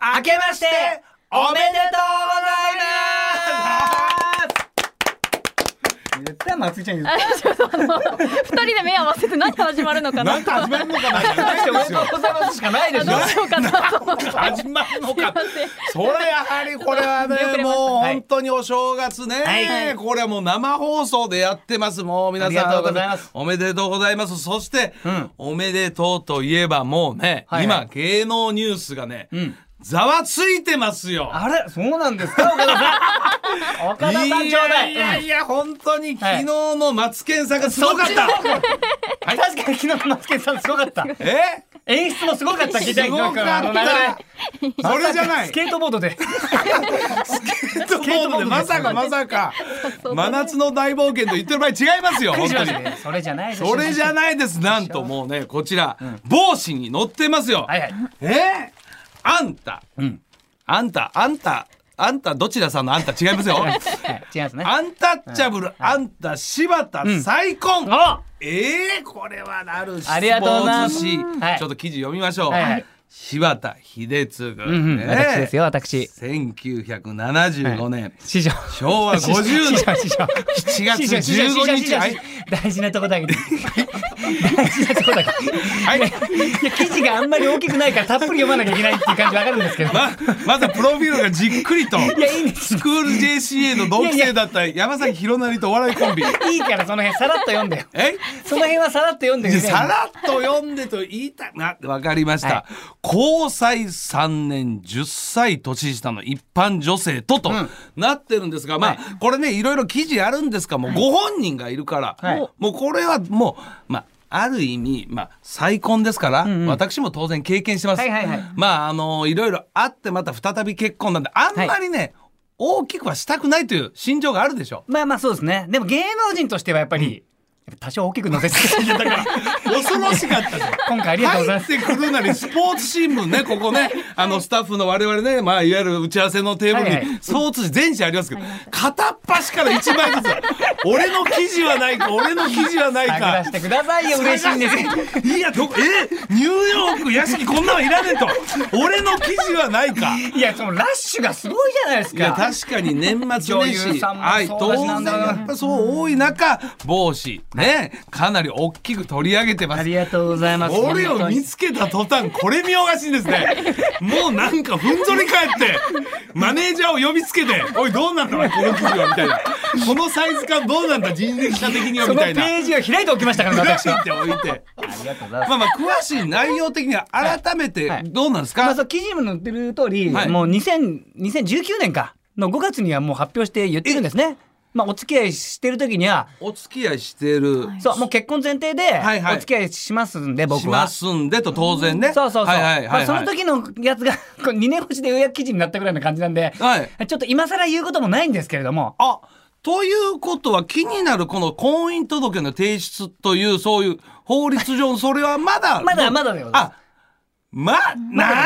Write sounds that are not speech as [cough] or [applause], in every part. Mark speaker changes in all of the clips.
Speaker 1: 明けましておめでと
Speaker 2: 言った松井ちゃん言っ
Speaker 3: ちょっとあの二人で目合わせて何始まるのかな
Speaker 1: なんか始まるの [laughs] かなじゃない
Speaker 2: た。
Speaker 1: ですよ。
Speaker 2: ございますしかないで
Speaker 3: あどうしようかなと思って
Speaker 1: 始まるのか。それやはりこれはね
Speaker 3: 見送、れ
Speaker 1: も
Speaker 3: ました
Speaker 1: う本当にお正月ね、
Speaker 2: はい
Speaker 1: これもう生放送でやってます。もう皆さん
Speaker 2: ありがとうございます
Speaker 1: おめでとうございます。そして、
Speaker 2: ん
Speaker 1: おめでとうといえばもうね、
Speaker 2: はいはい
Speaker 1: 今芸能ニュースがね
Speaker 2: ん、
Speaker 1: ざわついてますよ。
Speaker 2: あれそうなんですか岡田さん。岡田さんちょうだい。
Speaker 1: いやいやいや、本当に昨日のマツケンさんがすごかっ
Speaker 2: そ
Speaker 1: た。
Speaker 2: はい確かに昨日の松井さんすごかった。
Speaker 1: え
Speaker 2: 演出もすごかった。
Speaker 1: すごかっ
Speaker 2: あの流れ
Speaker 1: た。それじゃない
Speaker 2: ス。ケートボードで。
Speaker 1: スケートボードでまさかまさか真夏の大冒険と言ってる場合違いますよ本当に
Speaker 2: それじゃないです。
Speaker 1: それじゃ
Speaker 2: い。
Speaker 1: ないですなんともうねこちら帽子に乗ってますよ
Speaker 2: はいはい。
Speaker 1: えーあんた
Speaker 2: うん。
Speaker 1: あんたあんたあんたどちらさんのあんた違いますよ
Speaker 2: [laughs] はい違いますね。
Speaker 1: アンタッチャブルあんた柴田再婚
Speaker 2: あ
Speaker 1: えーこれはなるし
Speaker 2: ありがとうございます
Speaker 1: スポーツ
Speaker 2: は
Speaker 1: 紙
Speaker 2: い
Speaker 1: ちょっと記事読みましょう
Speaker 2: はいはい
Speaker 1: 柴田秀次
Speaker 2: うんうん。
Speaker 1: ね
Speaker 2: 私ですよ私。
Speaker 1: 1975年
Speaker 2: 師匠。
Speaker 1: 昭和50年
Speaker 2: 師匠。
Speaker 1: 7月15日はい
Speaker 2: 大事なとこだけ大事なとこだけ
Speaker 1: はい
Speaker 2: いや記事があんまり大きくないからたっぷり読まなきゃいけないっていう感じわかるんですけど
Speaker 1: ままずプロフィールがじっくりと
Speaker 2: やいいんで
Speaker 1: スクール JCA の同期生だった山崎弘成とお笑いコンビ
Speaker 2: いいからその辺さらっと読んでよ
Speaker 1: え
Speaker 2: その辺はさらっと読んで
Speaker 1: で
Speaker 2: よ
Speaker 1: [laughs] さらっと読んでと言い [laughs] たいなわかりました、
Speaker 2: は
Speaker 1: 交際3年10歳年下の一般女性ととなってるんですが、まあ、これねいろいろ記事あるんですがもうご本人がいるから、
Speaker 2: はい
Speaker 1: もうこれはもうまあある意味、まあ、再婚ですから、私も当然経験してます。
Speaker 2: はいはいはい。
Speaker 1: まあ、あのいろいろあって、また再び結婚なんで、あんまりね、大きくはしたくないという心情があるでしょ
Speaker 2: まあまあそうですねでも芸能人としてはやっぱり、やっぱ多少大きく載せてだから
Speaker 1: [laughs] [laughs] 恐ろしかったじゃん
Speaker 2: 今回ありがとうございます
Speaker 1: 入ってくるなりスポーツ新聞ねここねあのスタッフの我々ねまあいわゆる打ち合わせのテーブ
Speaker 2: はい
Speaker 1: ル
Speaker 2: は
Speaker 1: にスポーツ紙全紙ありますけど片っ端から一枚ず
Speaker 2: [laughs]
Speaker 1: つ俺の記事はないか俺の記事はない
Speaker 2: 探ら
Speaker 1: か
Speaker 2: せてくださいよ嬉しいんです
Speaker 1: いやどこえニューヨーク屋敷こんなのいらねえと俺の記事はないか
Speaker 2: いやそのラッシュがすごいじゃないです
Speaker 1: い
Speaker 2: か
Speaker 1: や確かに年末年
Speaker 2: 女優
Speaker 1: 始
Speaker 2: さんも
Speaker 1: はい
Speaker 2: そう
Speaker 1: 当
Speaker 2: だし
Speaker 1: 然
Speaker 2: なんだ
Speaker 1: やっぱそう多い中帽子ねかなり大きく取り上げてます
Speaker 2: ありがとうございます
Speaker 1: これを
Speaker 2: 本当
Speaker 1: 見
Speaker 2: に
Speaker 1: つけた途端これ見よがしいです
Speaker 2: [laughs]
Speaker 1: ねもうなんかふんぞり返ってマネージャーを呼びつけて「おいどうなんだおいこの記事は」みたいな「このサイズ感どうなんだ人力車的には」
Speaker 2: そ
Speaker 1: み
Speaker 2: の
Speaker 1: た
Speaker 2: ペ
Speaker 1: いな。
Speaker 2: ージを開いておきましたからね私は
Speaker 1: って置いて
Speaker 2: ありがとうございます
Speaker 1: まあまあ詳しい内容的には改めて
Speaker 2: はい
Speaker 1: どうなんです
Speaker 2: ま
Speaker 1: か
Speaker 2: あ、そう記事にも載ってる通り、
Speaker 1: はい
Speaker 2: もう2000 2019年かの5月にはもう発表して言ってるんですね。まあ、お付き合いしてる時には、
Speaker 1: お付き合いしてる
Speaker 2: そうもう結婚前提で
Speaker 1: はいはい
Speaker 2: お付き合いしますんで、
Speaker 1: し
Speaker 2: 僕は。
Speaker 1: ま
Speaker 2: そ
Speaker 1: すんでと当然ね
Speaker 2: うそうそう。
Speaker 1: はいはい
Speaker 2: ま
Speaker 1: は
Speaker 2: あ
Speaker 1: い
Speaker 2: そ
Speaker 1: は
Speaker 2: の
Speaker 1: い
Speaker 2: 時のやつが [laughs] こう2年越しで予約記事になったぐらいの感じなんで、
Speaker 1: はい
Speaker 2: ちょっと今更言うこともないんですけれども、
Speaker 1: あということは気になるこの婚姻届の提出というそういう法律上のそれはまだ
Speaker 2: まだまだでございま
Speaker 1: あまなん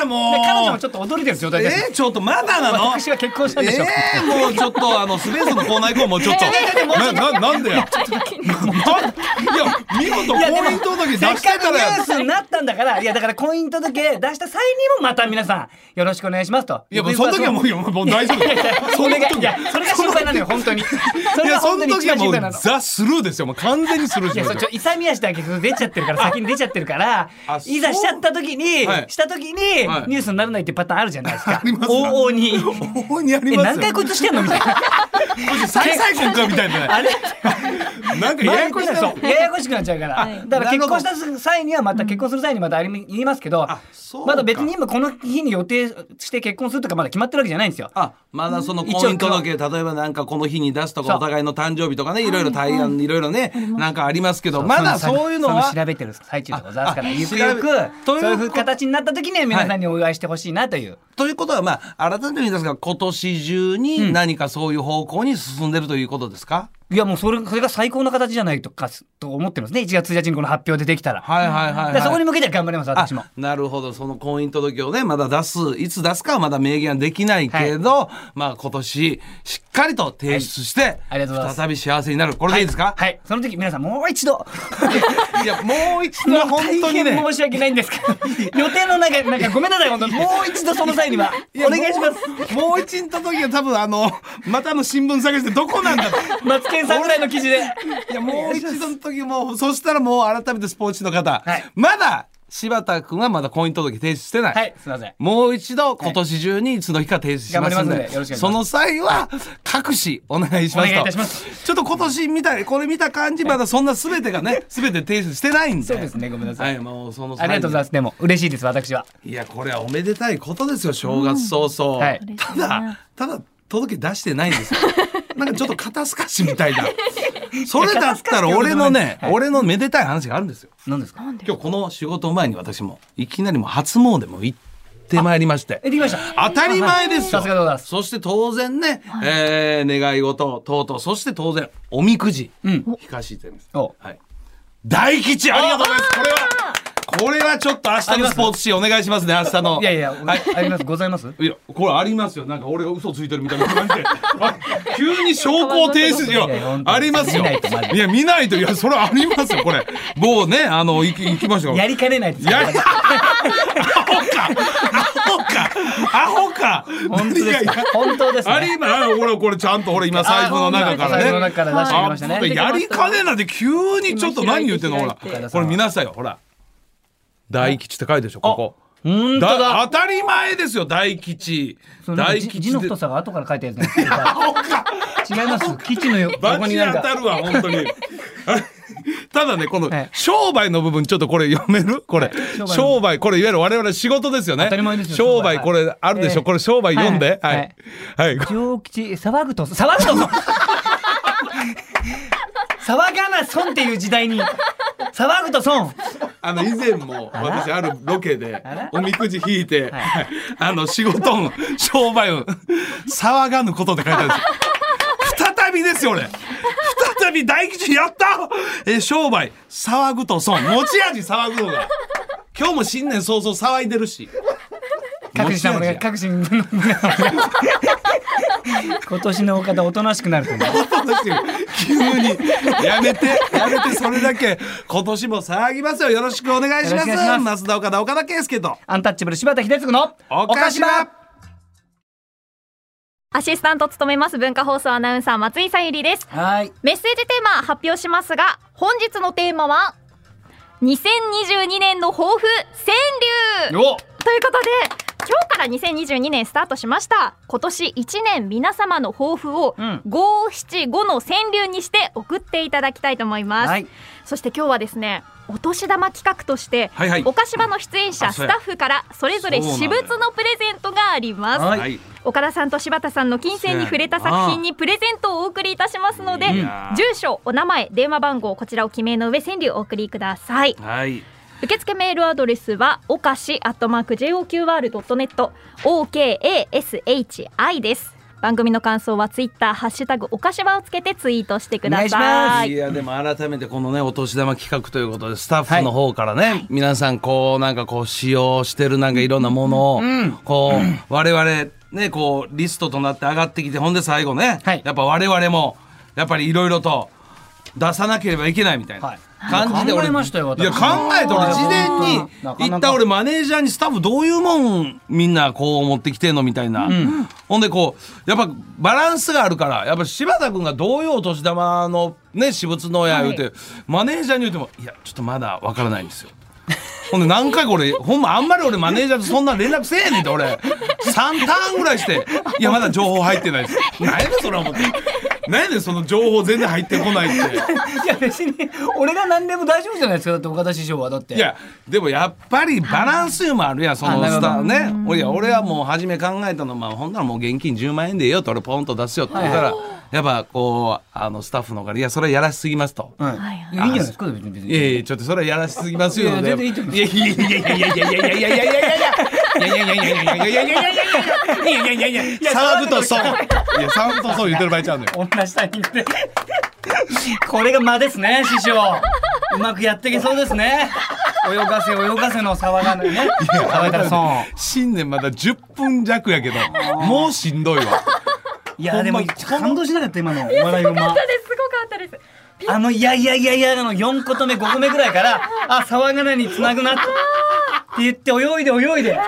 Speaker 1: やもう
Speaker 2: す。で彼女もちょっと驚いてる状態です。
Speaker 1: えーちょっとまだなの
Speaker 2: 私は結婚したんでしょ。
Speaker 1: えーもうちょっとあのスペースのコーナー行こうもうちょっと
Speaker 2: いやいやいやもう
Speaker 1: なななんでやいや見事婚
Speaker 2: でも
Speaker 1: 姻届出してから
Speaker 2: せっ
Speaker 1: や
Speaker 2: かくニュースになったんだからいやだから婚姻届出した際にもまた皆さんよろしくお願いしますと
Speaker 1: いやもうその時はもういやもう大丈夫
Speaker 2: そ
Speaker 1: その
Speaker 2: れがい
Speaker 1: 時
Speaker 2: やそれが心配なのよ本当にそ
Speaker 1: い
Speaker 2: れ
Speaker 1: や
Speaker 2: が
Speaker 1: そ
Speaker 2: 本当
Speaker 1: の
Speaker 2: に一
Speaker 1: 時は
Speaker 2: 番
Speaker 1: も
Speaker 2: 心
Speaker 1: う
Speaker 2: 配なの
Speaker 1: ザスルーですよもう完全にスルーし
Speaker 2: いや
Speaker 1: ま
Speaker 2: そ
Speaker 1: す
Speaker 2: う
Speaker 1: よ
Speaker 2: ちょ勇み足だけど出ちゃってるから先に出ちゃってるから
Speaker 1: あそう
Speaker 2: いざしちゃった時に、
Speaker 1: はい
Speaker 2: した時に、
Speaker 1: はい
Speaker 2: ニュースにならないってパターンあるじゃないですか
Speaker 1: ります
Speaker 2: 往々に
Speaker 1: ここにあり
Speaker 2: え
Speaker 1: ますよ
Speaker 2: 何回こいつしてんのみたいな
Speaker 1: こいつ再再婚かみたいな
Speaker 2: あれ
Speaker 1: なんかややこしいな
Speaker 2: そうややこしくなっちゃうから、
Speaker 3: はい
Speaker 2: だから結婚
Speaker 1: な
Speaker 2: した際にはまた結婚する際にまたあり言いますけど
Speaker 1: あそうか
Speaker 2: まだ別に今この日に予定して結婚するとかまだ決まってるわけじゃないんですよ。
Speaker 1: あまだその婚姻届例えばなんかこの日に出すと
Speaker 2: そ
Speaker 1: か
Speaker 2: う
Speaker 1: お互いの誕生日とかねいろいろ対案いろいろねなんかありますけど
Speaker 2: そう
Speaker 1: まだ
Speaker 2: その
Speaker 1: そういうの
Speaker 2: そ
Speaker 1: は
Speaker 2: 調べてる最中でございますから
Speaker 1: ああ
Speaker 2: ゆくゆ
Speaker 1: 調べ
Speaker 2: く
Speaker 1: という
Speaker 2: そういう形になった時には皆さんにお祝いしてほしいなという。
Speaker 1: ということは、まあ、改めてですが、今年中に何かそういう方向に進んでるということですか、
Speaker 2: いやもうそれそれが最高の形じゃないとかすと思ってますね1月1日にこの発表でできたら、
Speaker 1: はいはいはい、はい。
Speaker 2: でそこに向けて頑張ります私も
Speaker 1: あなるほどその婚姻届をねまだ出すいつ出すかはまだ明言はできないけど、まあ今年しっかりと提出して、
Speaker 2: ありがとうございます
Speaker 1: 再び幸せになるこれでいいですか、
Speaker 2: はいその時皆さんもう一度
Speaker 1: い、やもう一度本当にね
Speaker 2: 大変申し訳ないんですけど予定の中なんかごめんなさい本当にもう一度その際にはお願いします
Speaker 4: すもう一んた時は多分あのまたの新聞探してどこなんだ
Speaker 2: [laughs]
Speaker 4: って
Speaker 2: マツケンさんぐらいの記事で
Speaker 1: いやもう一度の時もそしたらもう改めてスポーツの方、
Speaker 2: はい
Speaker 1: まだ柴田君はまだ婚姻届提出してない、
Speaker 2: はいすいません
Speaker 1: もう一度今年中にいつの日か提出しますんで,、
Speaker 2: 頑張りますのでよろしくお願いします
Speaker 1: その際は各紙お願いしますと
Speaker 2: お願いいたします
Speaker 1: ちょっと今年見たこれ見た感じまだそんな全てが
Speaker 2: [laughs]
Speaker 1: ね全て提出してないんで
Speaker 2: そうですねごめんなさい、
Speaker 1: はいもうその
Speaker 2: ありがとうございますすでも嬉しいです私はい
Speaker 1: やこれはおめでたいことですよ正月早々、
Speaker 2: はい
Speaker 1: ただただ届け出してないんですよなんかちょっと肩透かしみたいな
Speaker 2: [laughs]
Speaker 1: それだったら俺のね、俺のめでたい話があるんですよ
Speaker 2: 何ですか
Speaker 3: なんで
Speaker 1: 今日この仕事前に私もいきなりもう初詣も行ってまいりまして
Speaker 2: えできました
Speaker 1: 当たり前ですよ
Speaker 2: さすがでございます
Speaker 1: そして当然ね、えー願い事等々そして当然おみくじ、
Speaker 2: うん
Speaker 1: 引かしていただきます、
Speaker 2: お
Speaker 1: はい、大吉ありがとうございますこれはこれはちょっと明日のスポーツ紙お願いしますね明日の
Speaker 2: いやいや、
Speaker 1: はい
Speaker 2: ありますございます
Speaker 1: いやこれありますよなんか俺が嘘ついてるみたいな感じで [laughs] あ急に証拠を提出しよ
Speaker 2: いやいや本当に
Speaker 1: ありますよ
Speaker 2: 見ないとまず
Speaker 1: いや見ないといやそれありますよこれ某ねあの行き行きましたから
Speaker 2: やりかねないです
Speaker 1: やりアホかアホか
Speaker 2: 本当ですか本当ですね
Speaker 1: あれ今あ俺これちゃんと俺今財布の中か
Speaker 2: 財布の
Speaker 1: らね
Speaker 2: 中から出してきました
Speaker 1: あ
Speaker 2: ね
Speaker 1: やりかねなんて急にちょっと何言ってんのほら
Speaker 3: 開いて開
Speaker 2: いて
Speaker 1: これ見なさいよほら大吉って書いてるでしょここ
Speaker 2: 本当だ
Speaker 1: だ当たり前ですよ大吉
Speaker 2: そのなんか
Speaker 1: 大
Speaker 2: 字
Speaker 1: 吉
Speaker 2: 字の
Speaker 1: で
Speaker 2: 太さが後から書いたやつなんですけど違います基地のよ
Speaker 1: バ
Speaker 2: 横
Speaker 1: チ
Speaker 2: になん
Speaker 1: 当た
Speaker 2: か
Speaker 1: るわ本当に [laughs] ただねこの
Speaker 2: はい
Speaker 1: 商売の部分ちょっとこれ読めるこれ
Speaker 2: 商売の部分
Speaker 1: 商売これいわゆる我々仕事ですよね
Speaker 2: 当たり前ですよ
Speaker 1: 商
Speaker 2: 商売
Speaker 1: 売
Speaker 2: はい
Speaker 1: これあるでし
Speaker 2: え
Speaker 1: ょ
Speaker 2: え
Speaker 1: これ商売読んでは
Speaker 2: はい
Speaker 1: いはい
Speaker 2: 上吉騒ぐと騒ぐと騒がな損っていう時代に騒ぐと損
Speaker 1: あの以前も私あるロケで
Speaker 2: ら
Speaker 1: おみくじ引いて、あの仕事運、商売運、騒がぬことって書いてあるんですよ。再びですよ、俺。再び大吉やったえー商売、騒ぐと損。持ち味騒ぐのが。今日も新年早々騒いでるし。
Speaker 2: 各自さんも
Speaker 1: 持ち味
Speaker 2: ね
Speaker 1: や
Speaker 2: 各自の今年のお方おとなしくなると思う
Speaker 1: 急にやめてやめてそれだけ今年も騒ぎますよよろしくお願いします
Speaker 2: よろしくお願いしま
Speaker 1: 増田岡田岡田圭介と
Speaker 2: アンタッチャブル柴田秀嗣の
Speaker 1: 岡島
Speaker 3: アシスタントを務めます文化放送アナウンサー松井さゆりです
Speaker 2: はい
Speaker 3: メッセージテーマ発表しますが本日のテーマは2022年の抱負川柳
Speaker 2: お
Speaker 3: ということで今日から2022年スタートしました今年1年皆様の抱負を
Speaker 2: うん
Speaker 3: 575の川柳にして送っていただきたいと思います、
Speaker 2: はい
Speaker 3: そして今日はですねお年玉企画として、
Speaker 1: はいはい
Speaker 3: 岡島の出演者
Speaker 1: あそう
Speaker 3: ス
Speaker 1: や
Speaker 3: タッフからそれぞれ私物のプレゼントがあります、
Speaker 2: はい
Speaker 1: い
Speaker 3: 岡田さんと柴田さんの金銭に触れた作品にプレゼントをお送りいたしますので
Speaker 1: いやー
Speaker 3: 住所お名前電話番号こちらを記名の上川柳をお送りください
Speaker 1: はい
Speaker 3: 受付メールアドレスはおかし @joqr.net okashi です番組の感想はツイッターハッシュタグおかしばをつけてツイートしてくださ
Speaker 1: い
Speaker 3: い
Speaker 1: やでも改めてこのねお年玉企画ということでスタッフの方からね、皆さんこうなんかこう使用してるなんかいろんなものを、こう、我々ねこうリストとなって上がってきてほんで最後ね、
Speaker 2: はい
Speaker 1: やっぱ我々もやっぱりいろいろと出さなければいけないみたいな。
Speaker 2: はい
Speaker 1: 感じで俺
Speaker 2: 考えましたよ
Speaker 1: いや考
Speaker 2: 私
Speaker 1: えて俺事前
Speaker 2: なかなか
Speaker 1: に一旦俺マネージャーにスタッフどういうもんみんなこう持ってきてんのみたいな、ほんでこうやっぱバランスがあるからやっぱ柴田君がどういうお年玉のね私物のや言うて、マネージャーに言うても「いやちょっとまだわからないんですよ」ほんで何回か俺ほんまあんまり俺マネージャーとそんな連絡せえへんねんって俺3ターンぐらいして「いやまだ情報入ってないです」何やねんそれは思って何やねんその情報全然入ってこないって。
Speaker 2: いや別に俺が何でも大丈夫じゃないですかだって岡田師匠はだって
Speaker 1: いやでもやっぱりバランスいうのもあるやんその
Speaker 2: あなる
Speaker 1: ス
Speaker 2: ほ
Speaker 1: ター
Speaker 2: ど
Speaker 1: ね俺俺はもう初め考えたのまあほんならもう現金10万円でええよと俺ポンと出すよって言ったら。やっぱこうあのスタッフの方から「いやそれはやらしすぎます」と。
Speaker 2: はい
Speaker 3: はい
Speaker 2: いやいいんじゃないですか別に別
Speaker 1: いやい
Speaker 2: に。
Speaker 1: やちょっとそれはやらしすぎますよ
Speaker 2: いや全然いいと思いま
Speaker 1: 騒ぐと損いや騒ぐと損言ってる場合ちゃうのよ
Speaker 2: 同じタイミングで。これが間ですね師匠。うまくやっていけそうですね。泳がせ泳がせの騒がないね。騒いだら損。
Speaker 1: 新年まだ10分弱やけどもうしんどいわ
Speaker 2: いやでも
Speaker 1: ほんま
Speaker 2: 感動しなかった今のお笑いうま。
Speaker 3: すごかったです
Speaker 2: あのいやいやいやいやの4個目5個目ぐらいからあ騒がないにつなぐなって言って泳いで泳いで。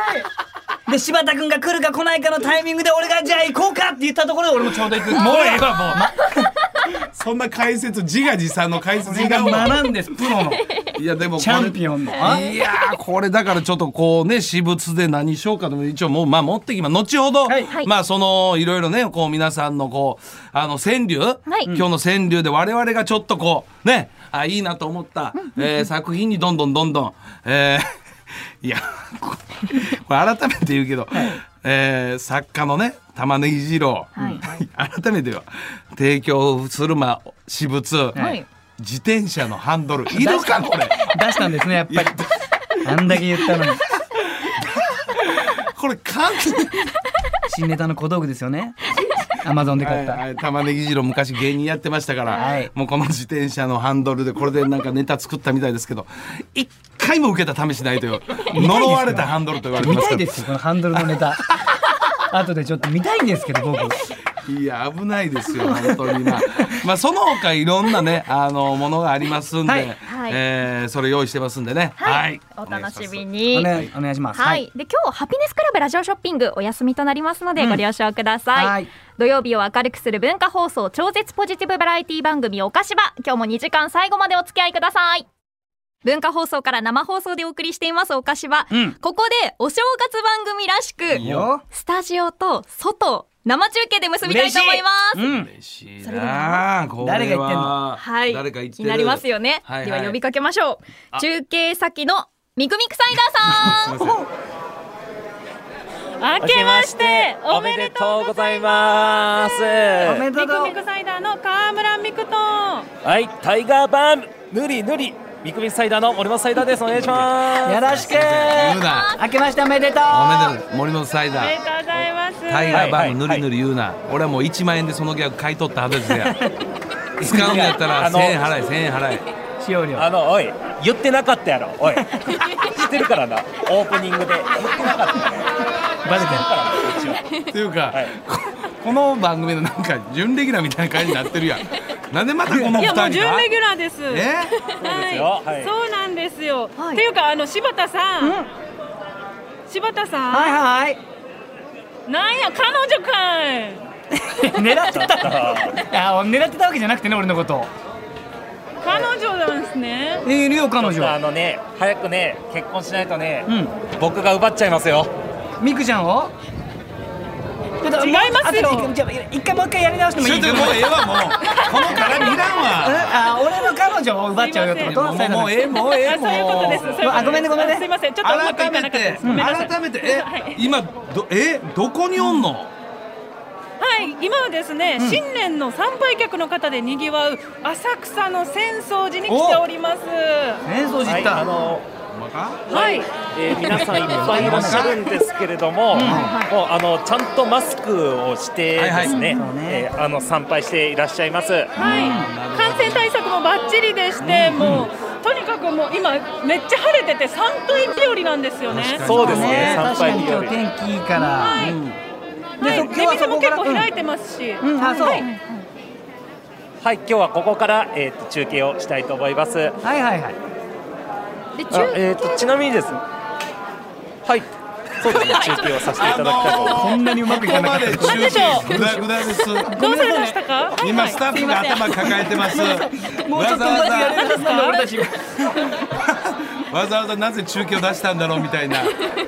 Speaker 2: で柴田君が来るか来ないかのタイミングで俺がじゃあ行こうかって言ったところで俺もちょうど行く。
Speaker 4: もうええわもう、そんな解説自画自賛の解
Speaker 2: そ
Speaker 4: 説
Speaker 2: れ
Speaker 4: 違
Speaker 2: が
Speaker 4: うわ
Speaker 2: 学んですプロの
Speaker 1: いやでもこれ
Speaker 2: チャンピオンの。
Speaker 1: いやーこれだからちょっとこうね私物で何しようかとも一応もうまあ持ってきます後ほど、
Speaker 2: はい
Speaker 3: はい
Speaker 1: まあそのいろいろねこう皆さんのこうあの川柳、
Speaker 3: い
Speaker 1: 今日の川柳で我々がちょっとこうねあいいなと思った、えー作品にどんどんどんどん、えー [laughs] いやここれ改めて言うけど、えー作家のね玉ねぎ二郎、改めては提供するまあ私物、
Speaker 3: はい
Speaker 1: 自転車のハンドルいるかこれ。
Speaker 3: [laughs]
Speaker 2: 出したんですねやっぱり。あんだけ言ったのに
Speaker 1: これ完全に
Speaker 2: 新ネタの小道具ですよね。アマゾンで買った。
Speaker 1: はいはい玉ねぎ二郎昔芸人やってましたから、
Speaker 2: はい
Speaker 1: もうこの自転車のハンドルでこれでなんかネタ作ったみたいですけど一回も受けた試しないという呪われたハンドルと言われて
Speaker 2: 見
Speaker 1: ます
Speaker 2: た
Speaker 1: け
Speaker 2: い
Speaker 1: ど
Speaker 2: ですよこのハンドルのネタ。後でちょっと見たいんですけど僕。
Speaker 1: いや危ないですよ本当になまあその他いろんなねあのものがありますんで、
Speaker 2: はい
Speaker 3: はい
Speaker 1: えーそれ用意してますんでねはい、
Speaker 3: お楽しみ
Speaker 1: に
Speaker 3: に
Speaker 2: お願いお願いします。
Speaker 3: はい、。で今日ハピネスクラブラジオショッピングお休みとなりますのでご了承ください,、
Speaker 2: はい
Speaker 3: 土曜日を明るくする文化放送超絶ポジティブバラエティ番組おかしば今日も2時間最後までお付き合いください文化放送から生放送でお送りしていますおかしば、
Speaker 2: うん
Speaker 3: ここでお正月番組らしく
Speaker 2: いいよ
Speaker 3: スタジオと外生中継で結びたいと思います
Speaker 2: うん。
Speaker 1: 嬉しいなあこれは
Speaker 2: 誰が言ってんの
Speaker 3: はい
Speaker 1: 誰か言ってる
Speaker 3: 気になりますよね、
Speaker 1: はいはい
Speaker 3: では呼びかけましょう中継先のみくみくサイダーさん明けましておめでとうございます
Speaker 2: おめでとう
Speaker 5: ミクミクサイダーの川村ミクトン
Speaker 6: はい、タイガーバーム、ぬりぬり、みくみくサイダーの森本サイダーです。お願いします。
Speaker 2: よろしく。
Speaker 1: 言うな
Speaker 2: 明けましておめでとう。
Speaker 1: おめでとう森本サイ
Speaker 5: お
Speaker 1: ダ
Speaker 5: め
Speaker 1: ー
Speaker 5: でとうございます
Speaker 1: タイガーバームぬ
Speaker 6: はいは
Speaker 1: り
Speaker 6: い
Speaker 1: ぬり言うな、俺はもう1万円でそのギャグ買い取ったはずですや使うんやったら
Speaker 6: あの
Speaker 1: 1000円払え1000円払え
Speaker 2: 使用料。
Speaker 6: あの、おい、言ってなかったやろ、おい。知ってるからな、オープニングで。言ってなかったか
Speaker 2: バレてる。
Speaker 6: らな一応
Speaker 1: っていうか、
Speaker 6: はい
Speaker 1: ここの番組のなんか準レギュラーみたいな感じになってるやんなんでまたこの2
Speaker 5: いや
Speaker 1: 人
Speaker 5: も
Speaker 1: が
Speaker 5: う準レギュラーです
Speaker 1: え
Speaker 5: はい
Speaker 6: そうですよはい
Speaker 5: そうなんですよ、
Speaker 3: はい
Speaker 5: っていうかあの柴田さん、
Speaker 2: うん
Speaker 5: 柴田さん、
Speaker 2: はいはい。
Speaker 5: なんや彼女かい
Speaker 2: 狙って [laughs] た。あ、狙ってたわけじゃなくてね俺のこと。
Speaker 5: 彼女なんですね
Speaker 2: いるよ彼
Speaker 6: ちょっとあ
Speaker 2: 女。
Speaker 6: のね、早くね、結婚しないとね、
Speaker 2: うん。
Speaker 6: 僕が奪っちゃいますよ。
Speaker 2: ミクちゃんを。違い
Speaker 5: 違いますよ
Speaker 2: じゃあ一回もう一回やり直しても
Speaker 1: ち
Speaker 2: い
Speaker 1: ょっ
Speaker 2: い
Speaker 1: ともうええわもうこの絡みいらん
Speaker 2: うん
Speaker 1: わ
Speaker 2: あ俺の彼女を奪っちゃうよってこと
Speaker 1: もうもうええもうええ
Speaker 5: あ
Speaker 1: も
Speaker 5: そういうことですそういうことです
Speaker 2: あごめんねごめんね
Speaker 5: すいませんちょっとうまく
Speaker 1: 改
Speaker 5: いか
Speaker 1: め
Speaker 5: なかったで
Speaker 1: て
Speaker 5: すごめんなさい
Speaker 1: 改めてえ、
Speaker 5: はい
Speaker 1: 今どえどこにおんの、
Speaker 5: はい、今はですね、新年の参拝客の方でにぎわう浅草の浅草寺に来ております。
Speaker 2: 演奏
Speaker 6: は
Speaker 2: し
Speaker 6: い、あ
Speaker 2: た。
Speaker 6: の、
Speaker 1: ほんまか
Speaker 5: はい、
Speaker 6: えー皆さんいっぱいいらっしゃるんですけれども、もうあのちゃんとマスクをしてですね、
Speaker 2: はいはい
Speaker 6: えーあの参拝していらっしゃいます。
Speaker 5: はい、感染対策もバッチリでして、もうとにかくもう今めっちゃ晴れてて三回日和なんですよね。
Speaker 1: 確かに
Speaker 6: そうですね
Speaker 2: ね、
Speaker 6: 参
Speaker 2: 確か
Speaker 6: 拝
Speaker 2: に
Speaker 6: 日
Speaker 2: 今
Speaker 6: 和
Speaker 2: 日。天気いいから。
Speaker 5: はい、
Speaker 2: で
Speaker 5: はい、
Speaker 2: そ
Speaker 5: 出
Speaker 2: 今日は
Speaker 5: 店
Speaker 2: そ
Speaker 5: も
Speaker 2: こか
Speaker 5: 結
Speaker 2: ら
Speaker 5: 構開いてますし、
Speaker 2: うんうんあそう
Speaker 5: はい、
Speaker 6: はい、今日はここから、えー、と中継をしたいと思います。あ
Speaker 2: はいはいはい。
Speaker 3: で中
Speaker 6: えー、とちなみにですね、はい、そうですね、中継をさせていただきたいと思います。
Speaker 2: こんなにうまくいかなかった
Speaker 1: ここまで中継グダグダです
Speaker 5: どうされましたか？
Speaker 1: 今スタッフが頭抱えてます。
Speaker 2: もう
Speaker 1: わ
Speaker 2: ちょ
Speaker 1: ざ
Speaker 2: っとうま
Speaker 1: わ
Speaker 2: くや
Speaker 1: ざ
Speaker 2: れるはずなんだ俺たち。
Speaker 1: わざわざなぜ中継を出したんだろうみたいな。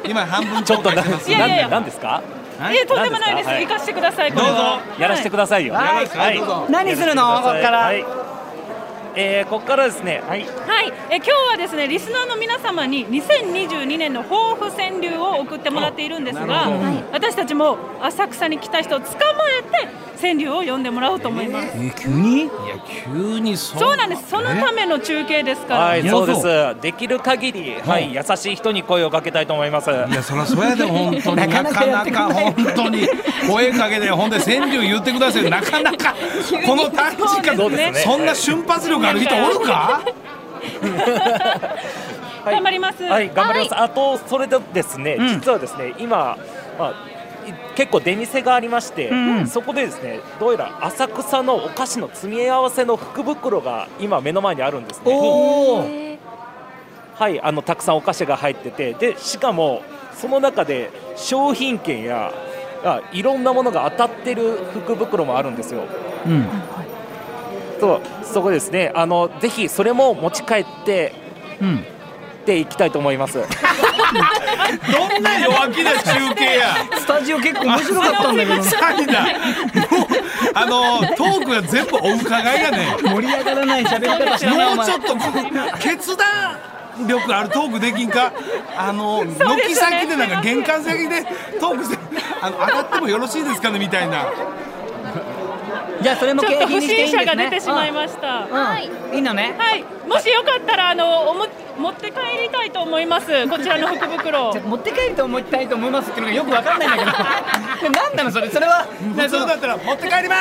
Speaker 1: 今半分
Speaker 6: ちょっとな
Speaker 1: な
Speaker 6: なん
Speaker 5: いやいやいや
Speaker 6: なんですか？
Speaker 5: はい、いえとんでもないです。
Speaker 6: 何
Speaker 5: 行
Speaker 6: ですか
Speaker 5: かしてください。
Speaker 1: どうぞ
Speaker 5: これは
Speaker 6: やらせてくださいよ。
Speaker 2: はい
Speaker 6: はい
Speaker 1: どうぞ
Speaker 2: 何するのここから
Speaker 6: はい、えー、ここからですね、はい、
Speaker 5: はい、え今日はですねリスナーの皆様に2022年の抱負川柳を送ってもらっているんですが、
Speaker 1: なるほど
Speaker 5: はい私たちも浅草に来た人を捕まえて川柳を読んでもらおうと思います。
Speaker 2: え急に
Speaker 1: いや急にそ
Speaker 5: そうなんです。そのための中継ですから。
Speaker 6: はい、
Speaker 2: や
Speaker 6: そうで
Speaker 2: そ
Speaker 6: す。できる限り、はい、優しい人に声をかけたいと思います。
Speaker 1: いやそりゃそうやで本当にな
Speaker 2: な
Speaker 1: か
Speaker 2: か
Speaker 1: な
Speaker 2: なか
Speaker 1: か本当に声かけてほんで川柳言ってくださいなかなかこの短時間
Speaker 5: そうですね
Speaker 1: そんな瞬発力ある人おるか
Speaker 6: はい
Speaker 5: 頑張ります
Speaker 6: [laughs] はい、頑張ります。あと、それとですね、
Speaker 2: ん
Speaker 6: 実はですね、今、まあ。い結構出店がありまして、そこでですねどうやら浅草のお菓子の積み合わせの福袋が今目の前にあるんですね
Speaker 2: おお
Speaker 6: はいあのたくさんお菓子が入っててでしかもその中で商品券やあいろんなものが当たってる福袋もあるんですよ
Speaker 2: うん
Speaker 6: そうそこですねあのぜひそれも持ち帰って
Speaker 2: うん
Speaker 6: っていきたいと思います
Speaker 4: どんな弱気な中継や
Speaker 2: スタジオ結構面白かったんだけどな
Speaker 4: サイだもうあのトークが全部お伺いやね
Speaker 2: 盛り上がらない喋り方しないお
Speaker 4: もう
Speaker 2: 前
Speaker 4: ちょっとこう決断力あるトークできん
Speaker 5: [laughs]
Speaker 4: かあの軒先でなんか玄関先でトークしてあの上がってもよろしいですかねみたいな
Speaker 2: じゃあそれも
Speaker 5: ちょ
Speaker 2: 景
Speaker 5: っと
Speaker 2: 品
Speaker 5: 不
Speaker 2: にしてい
Speaker 5: 審
Speaker 2: いんで
Speaker 5: 者
Speaker 2: す
Speaker 5: が
Speaker 2: ね
Speaker 5: 出てしまいました。
Speaker 3: はい
Speaker 2: うんいいのね
Speaker 5: はい、もしよかったらあのおも持って帰りたいと思います。こちらの福袋を
Speaker 2: じゃ。あ持って帰ると思いたいと思いますっていうのがよくわかんないんだけど [laughs] なんなのそれそれは
Speaker 4: 普通だったら「持って帰り
Speaker 5: [laughs]
Speaker 4: ま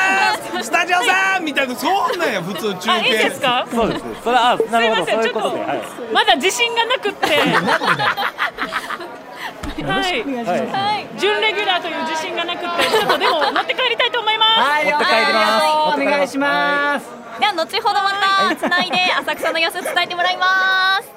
Speaker 4: すスタジオさん!」みたいなそんなんや普通中継
Speaker 5: あ、いいですか。す
Speaker 6: そうですそれはあないるほ
Speaker 5: ま
Speaker 6: ど
Speaker 5: せ
Speaker 6: そ
Speaker 5: ん、
Speaker 6: う
Speaker 5: ち
Speaker 6: い
Speaker 5: ょ
Speaker 6: うこ
Speaker 5: っ
Speaker 6: ととで、はい、
Speaker 5: まだ自信がなくって。はい、はい、準レギュラーという自信がなくって、ちょっとでも持って帰りたいと思いま
Speaker 2: はい
Speaker 6: 持って帰り
Speaker 2: はい
Speaker 6: ます
Speaker 2: ありがとうお願いします
Speaker 3: では後ほどまたつないで浅草の様子伝えてもらいます